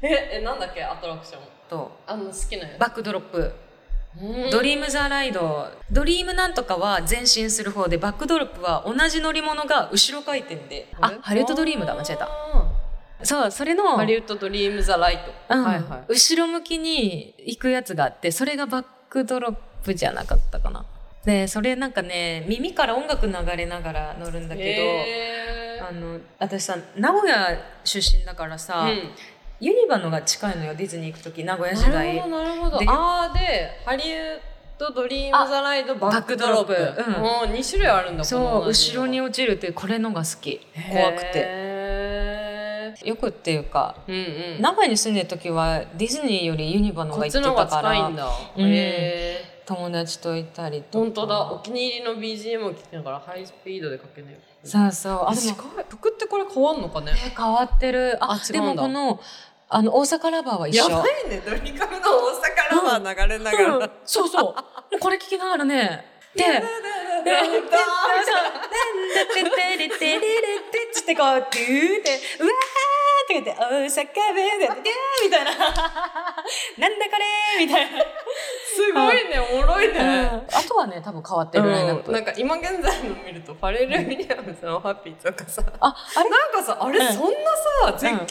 Speaker 1: ええなんだっけアトラクション
Speaker 2: と
Speaker 1: あの好きなや
Speaker 2: バックドロップ
Speaker 1: つうん
Speaker 2: ドリーム・ザ・ライドドリームなんとかは前進する方でバックドロップは同じ乗り物が後ろ回転であハリウッドドリームだ間違えた
Speaker 1: た
Speaker 2: そうそれの
Speaker 1: ハリウッドドリームザライト、
Speaker 2: うん
Speaker 1: はいはい
Speaker 2: 後ろ向きに行くやつがあってそれがバックドロップじゃなかったかなでそれなんかね耳から音楽流れながら乗るんだけ
Speaker 1: へ
Speaker 2: ど
Speaker 1: ー
Speaker 2: あの私さ名古屋出身だからさ、
Speaker 1: うん
Speaker 2: ユニバのが近いのよディズニー行く時名古屋時
Speaker 1: な
Speaker 2: 代
Speaker 1: るほどなるほど
Speaker 2: で
Speaker 1: あーでハリウッドドリームザライドバックドロップ
Speaker 2: バックドロップうん
Speaker 1: もう2種類あるんだ
Speaker 2: そう
Speaker 1: この同じ
Speaker 2: 後ろに
Speaker 1: の
Speaker 2: 落ちるっていうこれのが好き怖くて
Speaker 1: へ
Speaker 2: よくっていうか
Speaker 1: うんうん。
Speaker 2: 名古屋に住んでる時はディズニーよりユニバの方
Speaker 1: こ
Speaker 2: が
Speaker 1: っ
Speaker 2: 行
Speaker 1: ち
Speaker 2: っ
Speaker 1: の
Speaker 2: て
Speaker 1: 方が
Speaker 2: たか
Speaker 1: 近いん
Speaker 2: ら
Speaker 1: だ。
Speaker 2: うん
Speaker 1: へえ。
Speaker 2: 友達と行ったりとか
Speaker 1: 本当だ。お気に入りの BGM を聴きながらハイスピードでかけねえ。
Speaker 2: そうそうあ
Speaker 1: あ、
Speaker 2: で
Speaker 1: で
Speaker 2: も
Speaker 1: も曲ってこれ変わんのかね。
Speaker 2: え変わってるあ
Speaker 1: あ違
Speaker 2: で
Speaker 1: う
Speaker 2: も
Speaker 1: んだ
Speaker 2: このあの大阪ラバーは一緒
Speaker 1: いね。ドリカムの大阪ラバー流れな
Speaker 2: うん。そうそうもうこれ聞きながらねでででそうそうででででででででつってこうドゥーってうわーって言って大阪弁ででみたいななんだこれみたいな
Speaker 1: すごいね、おもろいね。
Speaker 2: あとはね多分変わってるラインナッ
Speaker 1: うん
Speaker 2: プ
Speaker 1: なんか今現在の見るとファレル・ウィリアムズの「ハッピー」とかさ
Speaker 2: ああれ
Speaker 1: なんかさあれ
Speaker 2: うん
Speaker 1: そんなさ絶叫の感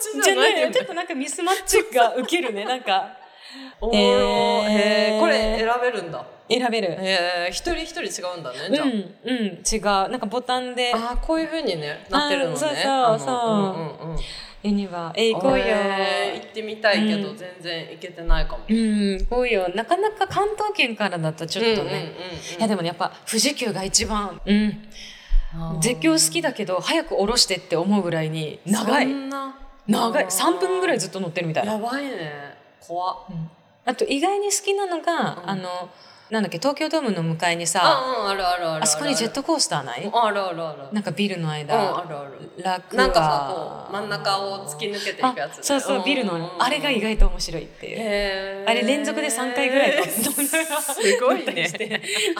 Speaker 1: じ
Speaker 2: じ
Speaker 1: じ
Speaker 2: ゃ
Speaker 1: ゃ
Speaker 2: な
Speaker 1: ないい
Speaker 2: よ
Speaker 1: よ
Speaker 2: ちょ
Speaker 1: ね
Speaker 2: っとなんかミスマッチが受けるねなんか
Speaker 1: お
Speaker 2: え
Speaker 1: ー
Speaker 2: ー
Speaker 1: へーこれ選べるんだ
Speaker 2: 選べる
Speaker 1: へえ一人一人違うんだね
Speaker 2: うん
Speaker 1: じゃ
Speaker 2: うん違うなんかボタンで
Speaker 1: ああーこういう風にねなってるのね
Speaker 2: あー
Speaker 1: あの
Speaker 2: そう
Speaker 1: う
Speaker 2: そう
Speaker 1: んうんうん
Speaker 2: ユニバーえ行こうよ
Speaker 1: へー行ってみたいけど、
Speaker 2: うん
Speaker 1: 全然行けてないかも
Speaker 2: うん行こうよなかなか関東圏からだとちょっ
Speaker 1: うん
Speaker 2: とね、
Speaker 1: うんうんうん
Speaker 2: いやでもねやっぱ富士急が一番、うん、絶叫好きだけど早く降ろしてって思うぐらいに長
Speaker 1: そ
Speaker 2: い
Speaker 1: んな
Speaker 2: 長い
Speaker 1: あー
Speaker 2: 3分ぐらいずっと乗ってるみたいな、
Speaker 1: やばいね怖っ
Speaker 2: うんあと意外に好きなのが、
Speaker 1: うん
Speaker 2: あのなんだっけ東京ドームの向かいにさ
Speaker 1: あうんあるあるあるる
Speaker 2: あそこにジェットコースターない
Speaker 1: あるあるある
Speaker 2: なんかビルの間、
Speaker 1: うんあるある
Speaker 2: 楽
Speaker 1: なんかさこう真ん中を突き抜けていくやつ
Speaker 2: あそうそうビルのあれが意
Speaker 1: 外
Speaker 2: 外と面白いっていう、
Speaker 1: へー
Speaker 2: あれ連続で3回ぐらい乗っ
Speaker 1: すごい
Speaker 2: 乗ったり
Speaker 1: ね
Speaker 2: して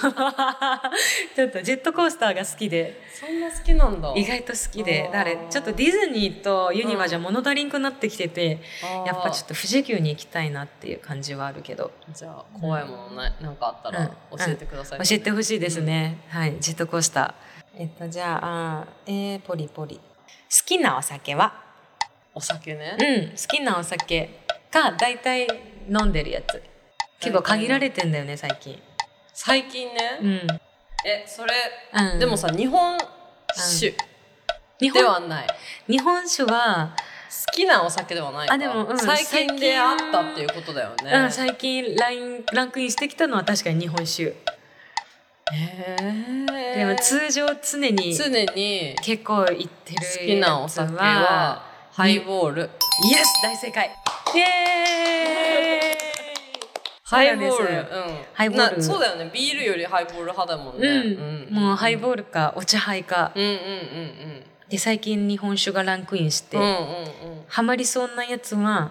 Speaker 2: ちょっとジェットコースターが好きで
Speaker 1: そんな好きなんだ
Speaker 2: 意外と好きで
Speaker 1: あー
Speaker 2: だからちょっとディズニーとユニバじゃ物足りんくなってきてて、やっぱちょっ
Speaker 1: と
Speaker 2: と富士急に行きたいなっていう感じはあるけど
Speaker 1: じゃあ怖いものないなんかあったら
Speaker 2: うん
Speaker 1: 教えてください、
Speaker 2: 教えてほしいですね、はいジェットコースターえっとじゃああーえー、ポリポリ好きなお酒は
Speaker 1: お酒ね
Speaker 2: うん好きなお酒か大体飲んでるやつ結構限られてんだよね最近
Speaker 1: 最近ね、
Speaker 2: うん、
Speaker 1: えそれ
Speaker 2: うん、
Speaker 1: でもさ日本酒
Speaker 2: 日本
Speaker 1: ではない
Speaker 2: 日本酒は、
Speaker 1: 好きなお酒ではないか
Speaker 2: あでもうん
Speaker 1: 最近であったっていうことだよね、
Speaker 2: うん、最近ラインランクインしてきたのは確かに日本酒、
Speaker 1: へ
Speaker 2: で
Speaker 1: え
Speaker 2: も通常常に
Speaker 1: 常に
Speaker 2: 結構行ってる
Speaker 1: 好きなお酒はハイボール、
Speaker 2: イエス大正解イエ
Speaker 1: ハイボー
Speaker 2: そう
Speaker 1: ル、
Speaker 2: な
Speaker 1: うん
Speaker 2: で
Speaker 1: ん
Speaker 2: す、ハイボール
Speaker 1: なそうだよね、ビールよりハイボール派だもんね。
Speaker 2: ーイ、うんもうハイ
Speaker 1: ー
Speaker 2: ボールかお茶杯か、
Speaker 1: ル。うんうんうん
Speaker 2: で最近日本酒がランクインして、
Speaker 1: うん。うんうんうん。
Speaker 2: ハマりそうなやつは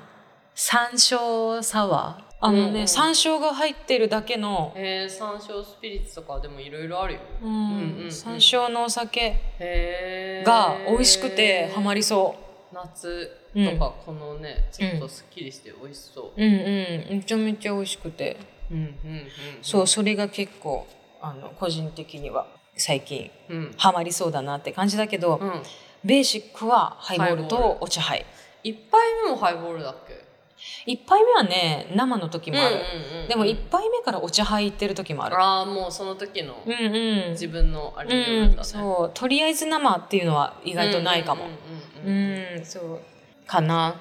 Speaker 2: 山椒サワーあのね、
Speaker 1: うんうん
Speaker 2: 山椒が入ってるだけの、
Speaker 1: えー、山椒スピリッツとかでもいろいろあるよ。
Speaker 2: うん
Speaker 1: うんうん
Speaker 2: 山椒のお酒
Speaker 1: へー
Speaker 2: が美味しくてハマりそう。
Speaker 1: 夏とかこのね、ちょっとすっきりして美味しそう。
Speaker 2: うんうんめちゃめちゃ美味しくて
Speaker 1: うんうんうん。
Speaker 2: そうそれが結構あの個人的には最近
Speaker 1: うん。うん。
Speaker 2: ハマりそうだなって感じだけど、
Speaker 1: うん。
Speaker 2: ベーシックはハイボール
Speaker 1: ハイボー
Speaker 2: とお茶杯
Speaker 1: 一杯目もハイボールだっけ？
Speaker 2: 一杯目はね生の時もある、
Speaker 1: うんうん。
Speaker 2: でも一杯目からお茶杯行ってる時もある、
Speaker 1: ああもうその時の
Speaker 2: うんうん
Speaker 1: 自分のあれ
Speaker 2: う
Speaker 1: による
Speaker 2: ん
Speaker 1: んだね。
Speaker 2: そうとりあえず生っていうのは意
Speaker 1: 意
Speaker 2: 外とないかもうん,、そうかな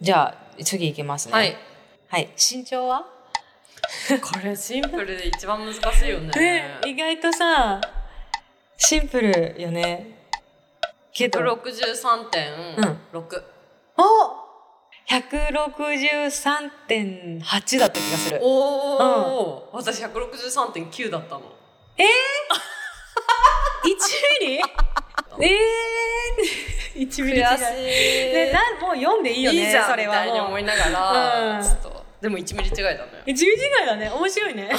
Speaker 2: じゃあ次いきますね
Speaker 1: はい。
Speaker 2: はい、身長は
Speaker 1: これシンプルで一番難しいよね。
Speaker 2: ね、意外とさシンプルよねけど
Speaker 1: 163.6、
Speaker 2: お163.8だった気がする
Speaker 1: おお、私163.9だったの
Speaker 2: 1ミ リえー、1ミリ違う
Speaker 1: 悔しい、
Speaker 2: ね、なもう読んでいい
Speaker 1: い
Speaker 2: よね
Speaker 1: じゃん
Speaker 2: それは
Speaker 1: みたいに
Speaker 2: も
Speaker 1: 思
Speaker 2: う
Speaker 1: いながら、
Speaker 2: うん
Speaker 1: ちょっとでも1ミリ違いだね
Speaker 2: 1ミリ違いだね面白 いね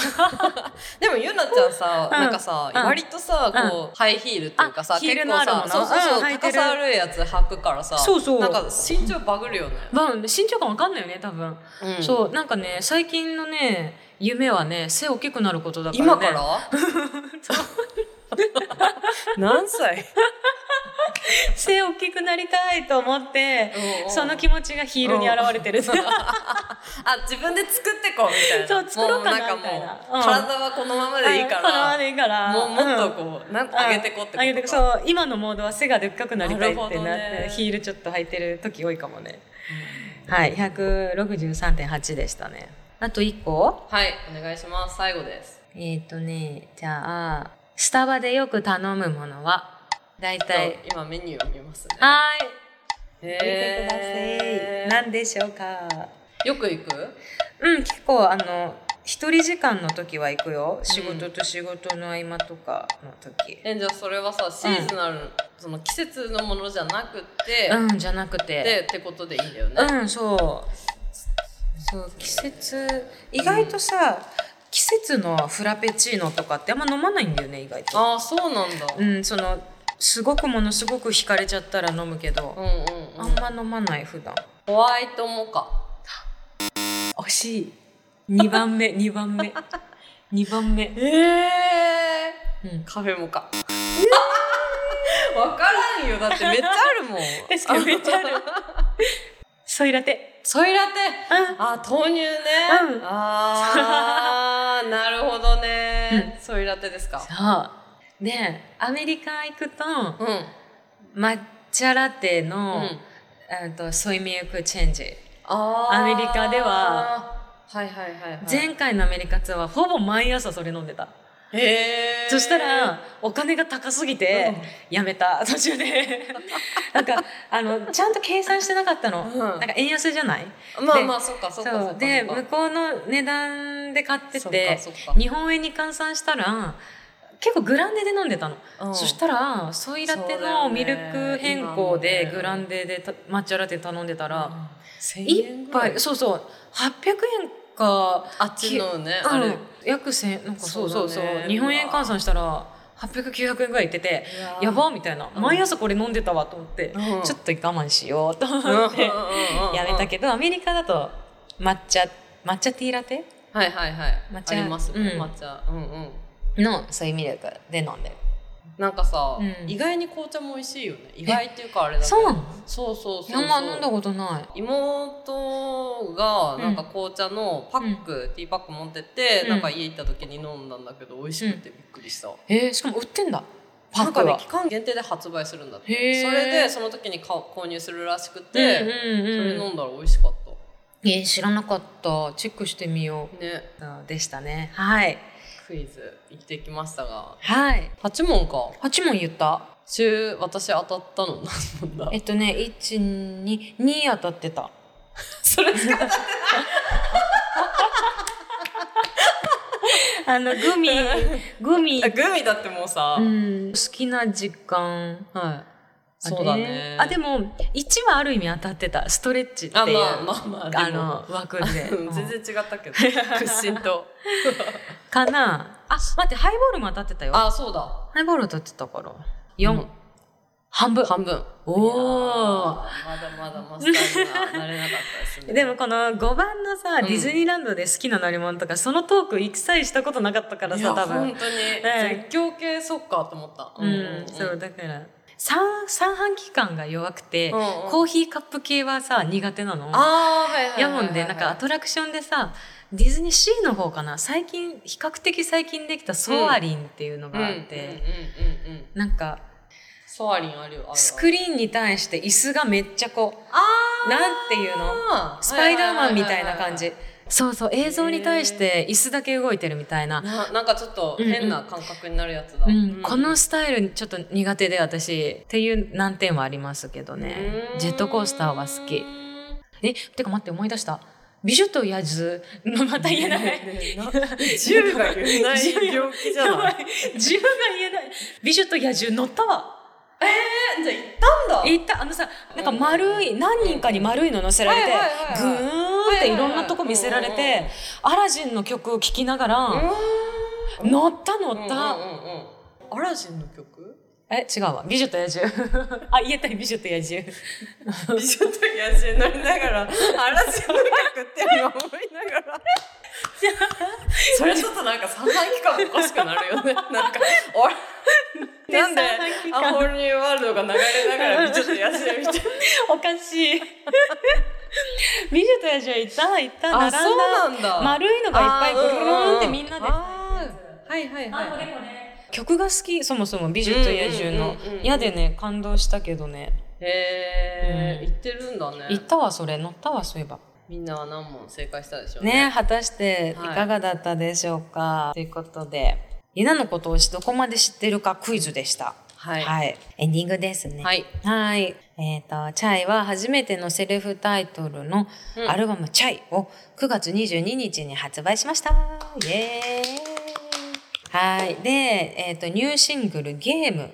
Speaker 1: でもゆなちゃんさ、
Speaker 2: うん
Speaker 1: なんかさ、
Speaker 2: うん
Speaker 1: 割とさこう、ハイヒールっていうかさ
Speaker 2: あヒール
Speaker 1: 結
Speaker 2: の
Speaker 1: 構
Speaker 2: あるも
Speaker 1: さ
Speaker 2: の
Speaker 1: そうそうそう、
Speaker 2: うん履い
Speaker 1: 高
Speaker 2: てる
Speaker 1: さあるやつ履くからさ
Speaker 2: そうそう
Speaker 1: なんか身長バグるよね、
Speaker 2: まあ身長感わかんないよね多分、
Speaker 1: うん
Speaker 2: そうなんかね最近のね夢はね背大きくなることだから、ね、
Speaker 1: 今から何歳
Speaker 2: 背大きくなりたいと思って
Speaker 1: うんうん
Speaker 2: その気持ちがヒールに表れてる
Speaker 1: あ自分で作ってこうみたいな
Speaker 2: そう作ろうかな
Speaker 1: も
Speaker 2: みたいな
Speaker 1: もう
Speaker 2: うん
Speaker 1: 体はこのままでいいか
Speaker 2: このまま
Speaker 1: ら、
Speaker 2: でいいから
Speaker 1: もうもっと
Speaker 2: うん
Speaker 1: こう、なんか上げてこうってことか
Speaker 2: 上げて
Speaker 1: う、
Speaker 2: そう今のモードは背がでっかくなりたいってなって
Speaker 1: なるほどね
Speaker 2: ヒールちょっと履いてる時多いかもねはい163.8でしたねあと1個
Speaker 1: はいお願いします最後です
Speaker 2: えっ、とねじゃあスタバでよく頼むものは大
Speaker 1: じゃあ
Speaker 2: 体
Speaker 1: 今メニューを見ますね
Speaker 2: は
Speaker 1: 見
Speaker 2: 見てください。何でしょうか。
Speaker 1: よく行く
Speaker 2: うん、結構あの一人時間の時は行くよ。仕事と仕事の合間とかの時。
Speaker 1: えじゃあそれはさシーズナル、その季節のものじゃなくて、
Speaker 2: うん、じゃなくて。
Speaker 1: でってことでいいんだよね、
Speaker 2: うん、そう。そう、季節意外とさ、季節のフラペチーノとかってあんま飲まないんだよね意外と。
Speaker 1: ああそうなんだ、う、
Speaker 2: うんん、そのすごくものすごく惹かれちゃったら飲むけど、
Speaker 1: うんうん
Speaker 2: あんま飲まない普段。
Speaker 1: ホワイトモカ
Speaker 2: 惜しい。二番目、 二番目、二番目。
Speaker 1: ええ
Speaker 2: うん。
Speaker 1: カフェモカわからんよだってめっちゃあるもん
Speaker 2: 確かにめっちゃあるソイラテ。
Speaker 1: ソイラテ
Speaker 2: うん。
Speaker 1: あ豆乳ね、
Speaker 2: うん
Speaker 1: あー なるほどね、ソイラテですか
Speaker 2: そう。で、アメリカ行くと
Speaker 1: うんうん
Speaker 2: 抹茶ラテの、えっとソイミルクチェンジ。
Speaker 1: あー
Speaker 2: アメリカでは
Speaker 1: はいはいはい、はい、
Speaker 2: 前回のアメリカツアーはほぼ毎朝それ飲んでた。
Speaker 1: へえ
Speaker 2: そしたらお金が高すぎてやめた 途 中でなんかあのちゃんと計算してなかったの、
Speaker 1: うん
Speaker 2: なんか円安じゃない
Speaker 1: まあ
Speaker 2: で
Speaker 1: まあそっかそっかそっか
Speaker 2: で
Speaker 1: そっか
Speaker 2: 向こうの値段で買って
Speaker 1: そっか
Speaker 2: て
Speaker 1: そっか
Speaker 2: 日本円に換算したら結構グランデで飲んでたの、
Speaker 1: うん
Speaker 2: そしたらソイラテ
Speaker 1: そうだよ
Speaker 2: の
Speaker 1: ね
Speaker 2: ミルク変更
Speaker 1: 今
Speaker 2: で
Speaker 1: ね
Speaker 2: グランデでた抹茶ラテ頼んでたら、
Speaker 1: 千
Speaker 2: 一
Speaker 1: 円ぐらい
Speaker 2: 杯そうそう800円か
Speaker 1: あっちのね
Speaker 2: あ
Speaker 1: あ
Speaker 2: れ、
Speaker 1: れ
Speaker 2: 約1000なんかそうそうそ
Speaker 1: そううだね
Speaker 2: 日本円換算したら800900円ぐらいいっててやばみたいな、
Speaker 1: うん
Speaker 2: 毎朝これ飲んでたわと思って、
Speaker 1: うん
Speaker 2: ちょっと我慢しようと思って、やめた
Speaker 1: け
Speaker 2: けどアメリカだと抹茶抹茶ティーラテ
Speaker 1: はいはいはい
Speaker 2: 抹茶
Speaker 1: ありますね
Speaker 2: うん
Speaker 1: 抹茶うんうん
Speaker 2: のそういうミルクで飲んでる
Speaker 1: なんかさ
Speaker 2: うん
Speaker 1: 意外に紅茶も美味しいよね意外っていうかあれだけど
Speaker 2: そうなの
Speaker 1: そうそうそう
Speaker 2: あんま飲んだことない
Speaker 1: 妹がなんか紅茶のパック、ティーパック持ってって、
Speaker 2: うん
Speaker 1: なんか家行った時に飲んだんだけど美味しくてびっくりした、
Speaker 2: えーしかも売ってんだパッ
Speaker 1: な
Speaker 2: ク
Speaker 1: んかね
Speaker 2: は
Speaker 1: 期間限定で発売するんだって
Speaker 2: へー
Speaker 1: それでその時に買う購入するらしく
Speaker 2: うん
Speaker 1: て、
Speaker 2: うんうん
Speaker 1: それ飲んだら美味しかっ
Speaker 2: えー知らなかったチェックしてみよ
Speaker 1: たね
Speaker 2: うでしたねはい
Speaker 1: クイズ行ってきましたが
Speaker 2: はい
Speaker 1: 8問か
Speaker 2: 8問言った
Speaker 1: 中私当たったの何問だ
Speaker 2: えっとね、一二二当たってた。
Speaker 1: それしか
Speaker 2: あのグミ、グミ
Speaker 1: あ。グミだってもうさ、
Speaker 2: うん、好きな時間。
Speaker 1: はいそうだね
Speaker 2: あ、でも一はある意味当たってた。ストレッチっていう
Speaker 1: あ
Speaker 2: あ,、
Speaker 1: まあまあまあでも
Speaker 2: の枠 で
Speaker 1: う。ん全然違ったけど屈伸と
Speaker 2: かな。あ、待ってハイボールも当たってたよ。
Speaker 1: あそうだ
Speaker 2: ハイボール当たってたから。四、
Speaker 1: うん
Speaker 2: 半分。
Speaker 1: 半分
Speaker 2: おー
Speaker 1: まだまだマスターにはなれなかったですね
Speaker 2: でもこの5番のさ、
Speaker 1: うん
Speaker 2: ディズニーランドで好きな乗り物とかそのトーク一切したことなかったから
Speaker 1: い
Speaker 2: さ
Speaker 1: や
Speaker 2: 多分
Speaker 1: 本当に、
Speaker 2: え
Speaker 1: 絶叫系そっかと思った
Speaker 2: うん、そうだから三三半規管が弱くて、
Speaker 1: うんうん
Speaker 2: コーヒーカップ系はさ苦手なの。
Speaker 1: あーはいはいはい
Speaker 2: や
Speaker 1: はい
Speaker 2: もんでなんかアトラクションでさディズニーシーの方かな最近比較的最近できたソアリンっていうのがあっ
Speaker 1: う
Speaker 2: て、
Speaker 1: んうんうんうんうん
Speaker 2: なんか
Speaker 1: ソアリンあるよある
Speaker 2: スクリーンに対して椅子がめっちゃこうなんていうの
Speaker 1: あー
Speaker 2: スパイダーマンみたいな感
Speaker 1: は
Speaker 2: じ
Speaker 1: い。
Speaker 2: そうそう映像に対して椅子だけ動いてるみたいな
Speaker 1: はいはいはいななんかちょっと変な感覚になるやつだ、
Speaker 2: うん、このスタイルちょっと苦手で私っていう難点はありますけどね
Speaker 1: うん
Speaker 2: ジェットコースターは好きえてか待って思い出した「美女と野獣」また言えない
Speaker 1: ねえな 銃が言えない 病気じゃ
Speaker 2: やば
Speaker 1: ない
Speaker 2: い自分が言えない美女と野獣乗ったわ
Speaker 1: えじゃあ行ったんだ
Speaker 2: 行ったあのさなんか丸い何人かに丸いの乗せられて
Speaker 1: はいはいはい
Speaker 2: グ
Speaker 1: はい
Speaker 2: ーンっていろんなとこ見せられ
Speaker 1: はいはいはい
Speaker 2: てアラジンの曲を聴きながら
Speaker 1: うーん
Speaker 2: 乗った乗っ
Speaker 1: うんうんうん
Speaker 2: た、
Speaker 1: うんアラジンの曲
Speaker 2: え違うわ美女と野獣あ言えたい美女と野獣
Speaker 1: 美女と野獣乗りながらアラジンの曲っていうのを思いながらそれちょっとなんか三半期間おかしくなるよ ねなんかおなんで
Speaker 2: で三半規管
Speaker 1: アホールニューワールドが流れながら美女と野獣みたいな
Speaker 2: おかしい。美女と野獣行った行った並んだ。
Speaker 1: んだ
Speaker 2: 丸いのがいっぱいブルーンってみんなで。
Speaker 1: はいはいはい
Speaker 2: 曲が好きそもそも美女と野獣の
Speaker 1: うんうんうんうん
Speaker 2: 嫌でね感動したけどね
Speaker 1: へえ
Speaker 2: う
Speaker 1: 行ってるんだね
Speaker 2: 行ったわそれ乗ったわそういえば
Speaker 1: みんなは何問正解したでしょう
Speaker 2: ね果たしてい
Speaker 1: はい
Speaker 2: かがだったでしょうか、ということでゆなのことをどこまで知ってるかクイズでした
Speaker 1: はい
Speaker 2: はい、エンディングですね。
Speaker 1: はい。
Speaker 2: はい。えっ、と、チャイは初めてのセルフタイトルの
Speaker 1: うん
Speaker 2: アルバムチャイを9月22日に発売しました。イエーイ。はい。で、えっ、と、ニューシングルゲーム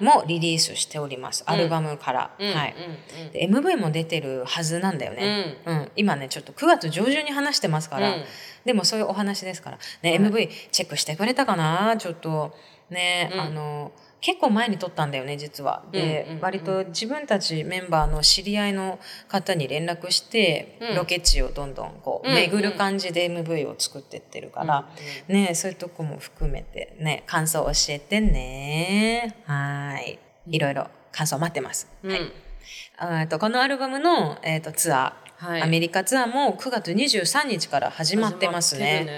Speaker 1: うん。
Speaker 2: もリリースしております。
Speaker 1: うん
Speaker 2: アルバムから。
Speaker 1: うん
Speaker 2: はい。
Speaker 1: うんうん
Speaker 2: で MV も出てるはずなんだよ
Speaker 1: う
Speaker 2: ね。
Speaker 1: ん。
Speaker 2: うん、今ねちょっと9月上旬に話してますから、
Speaker 1: うん
Speaker 2: でもそういうお話ですから、ね
Speaker 1: うん
Speaker 2: MV チェックしてくれたかなちょっとね、
Speaker 1: うん
Speaker 2: あの結構前に撮ったんだよね実は。
Speaker 1: う
Speaker 2: で、
Speaker 1: んうんうん
Speaker 2: 割と自分たちメンバーの知り合いの方に連絡して、
Speaker 1: うん
Speaker 2: ロケ地をどんどんこう
Speaker 1: うんうん
Speaker 2: 巡る感じで MV を作ってってるから、ねそういうとこも含めてね感想教えてねはーいいろいろ感想待ってます。
Speaker 1: うん、うん。
Speaker 2: あーえっとこのアルバムの、えっとツアー、
Speaker 1: はい。
Speaker 2: アメリカツアーも9月23日から始まってますね。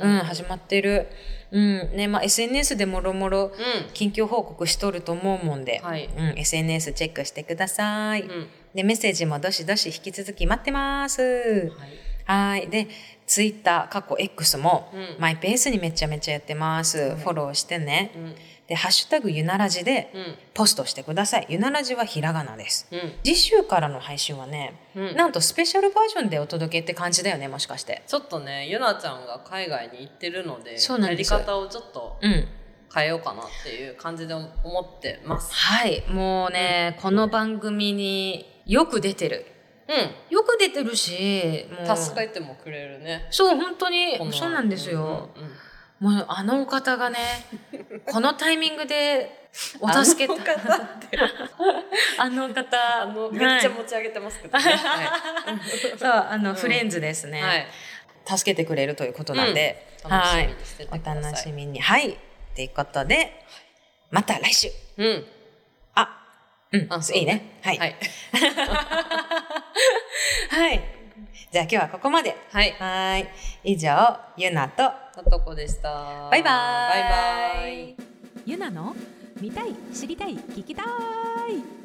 Speaker 2: うん、始
Speaker 1: ま
Speaker 2: まってる。うん、ね、まあ SNS でもろもろ
Speaker 1: ってるね
Speaker 2: 近況報告しとると思うもんで、
Speaker 1: うん。はい。
Speaker 2: うん、SNS チェックしてください、
Speaker 1: うん。
Speaker 2: で、メッセージもどしどし引き続き待ってます。
Speaker 1: はい。
Speaker 2: はい。で、Twitter、過去 X も、
Speaker 1: うん
Speaker 2: マイペースにめちゃめちゃやってます。
Speaker 1: うん
Speaker 2: フォローしてね。
Speaker 1: うん。
Speaker 2: で、ハッシュタグゆならじで
Speaker 1: うん。
Speaker 2: ポストしてください。ゆならじはひらがなです。
Speaker 1: うん。
Speaker 2: 次週からの配信はね、
Speaker 1: うん
Speaker 2: なんとスペシャルバージョンでお届けって感じだよねもしかして
Speaker 1: ちょっとね、ゆなちゃんが海外に行ってるので、
Speaker 2: そうなんです
Speaker 1: やり方をちょっと
Speaker 2: うん
Speaker 1: 変えようかなっていう感じで思ってます。
Speaker 2: はいもうね、この番組によく出てる
Speaker 1: う
Speaker 2: よく出てるしも
Speaker 1: ん。
Speaker 2: う
Speaker 1: 助けてもくれるね。
Speaker 2: そう本当に
Speaker 1: この
Speaker 2: そうなんですよ、。
Speaker 1: うんうんうん
Speaker 2: もうあのお方 がねこのタイミングでお助け
Speaker 1: あの方って
Speaker 2: あのお方
Speaker 1: あの
Speaker 2: はい
Speaker 1: めっちゃ持ち上げてますけどね。はい
Speaker 2: そうあの、
Speaker 1: うん
Speaker 2: フレンズですね、
Speaker 1: はい。
Speaker 2: 助けてくれるということなんで、
Speaker 1: 楽しみにしてて
Speaker 2: お
Speaker 1: ください。
Speaker 2: 楽しみにはいということでまた来週
Speaker 1: み。うん。
Speaker 2: あ、うん、
Speaker 1: あそう
Speaker 2: いいね。はい。
Speaker 1: は
Speaker 2: はい。
Speaker 1: い。
Speaker 2: じゃあ今日はここまで。
Speaker 1: はい。
Speaker 2: はーい。以上、ゆなと、
Speaker 1: なとこでした。
Speaker 2: バ
Speaker 1: バイ
Speaker 2: イバーイ。
Speaker 1: バイ。
Speaker 2: ゆなの見たい、知りたい、聞きたい。